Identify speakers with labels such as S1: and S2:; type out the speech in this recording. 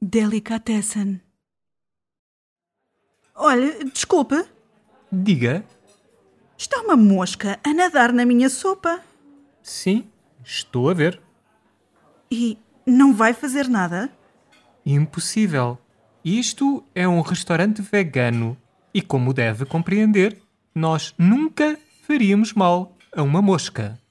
S1: Delicatessen. Olha, desculpe,
S2: Diga.
S1: está uma mosca a nadar na minha sopa
S2: Sim, estou a ver.
S1: e não vai fazer nada?
S2: Impossível. Isto é um restaurante vegano e, como deve compreender, nós nunca faríamos mal a uma mosca.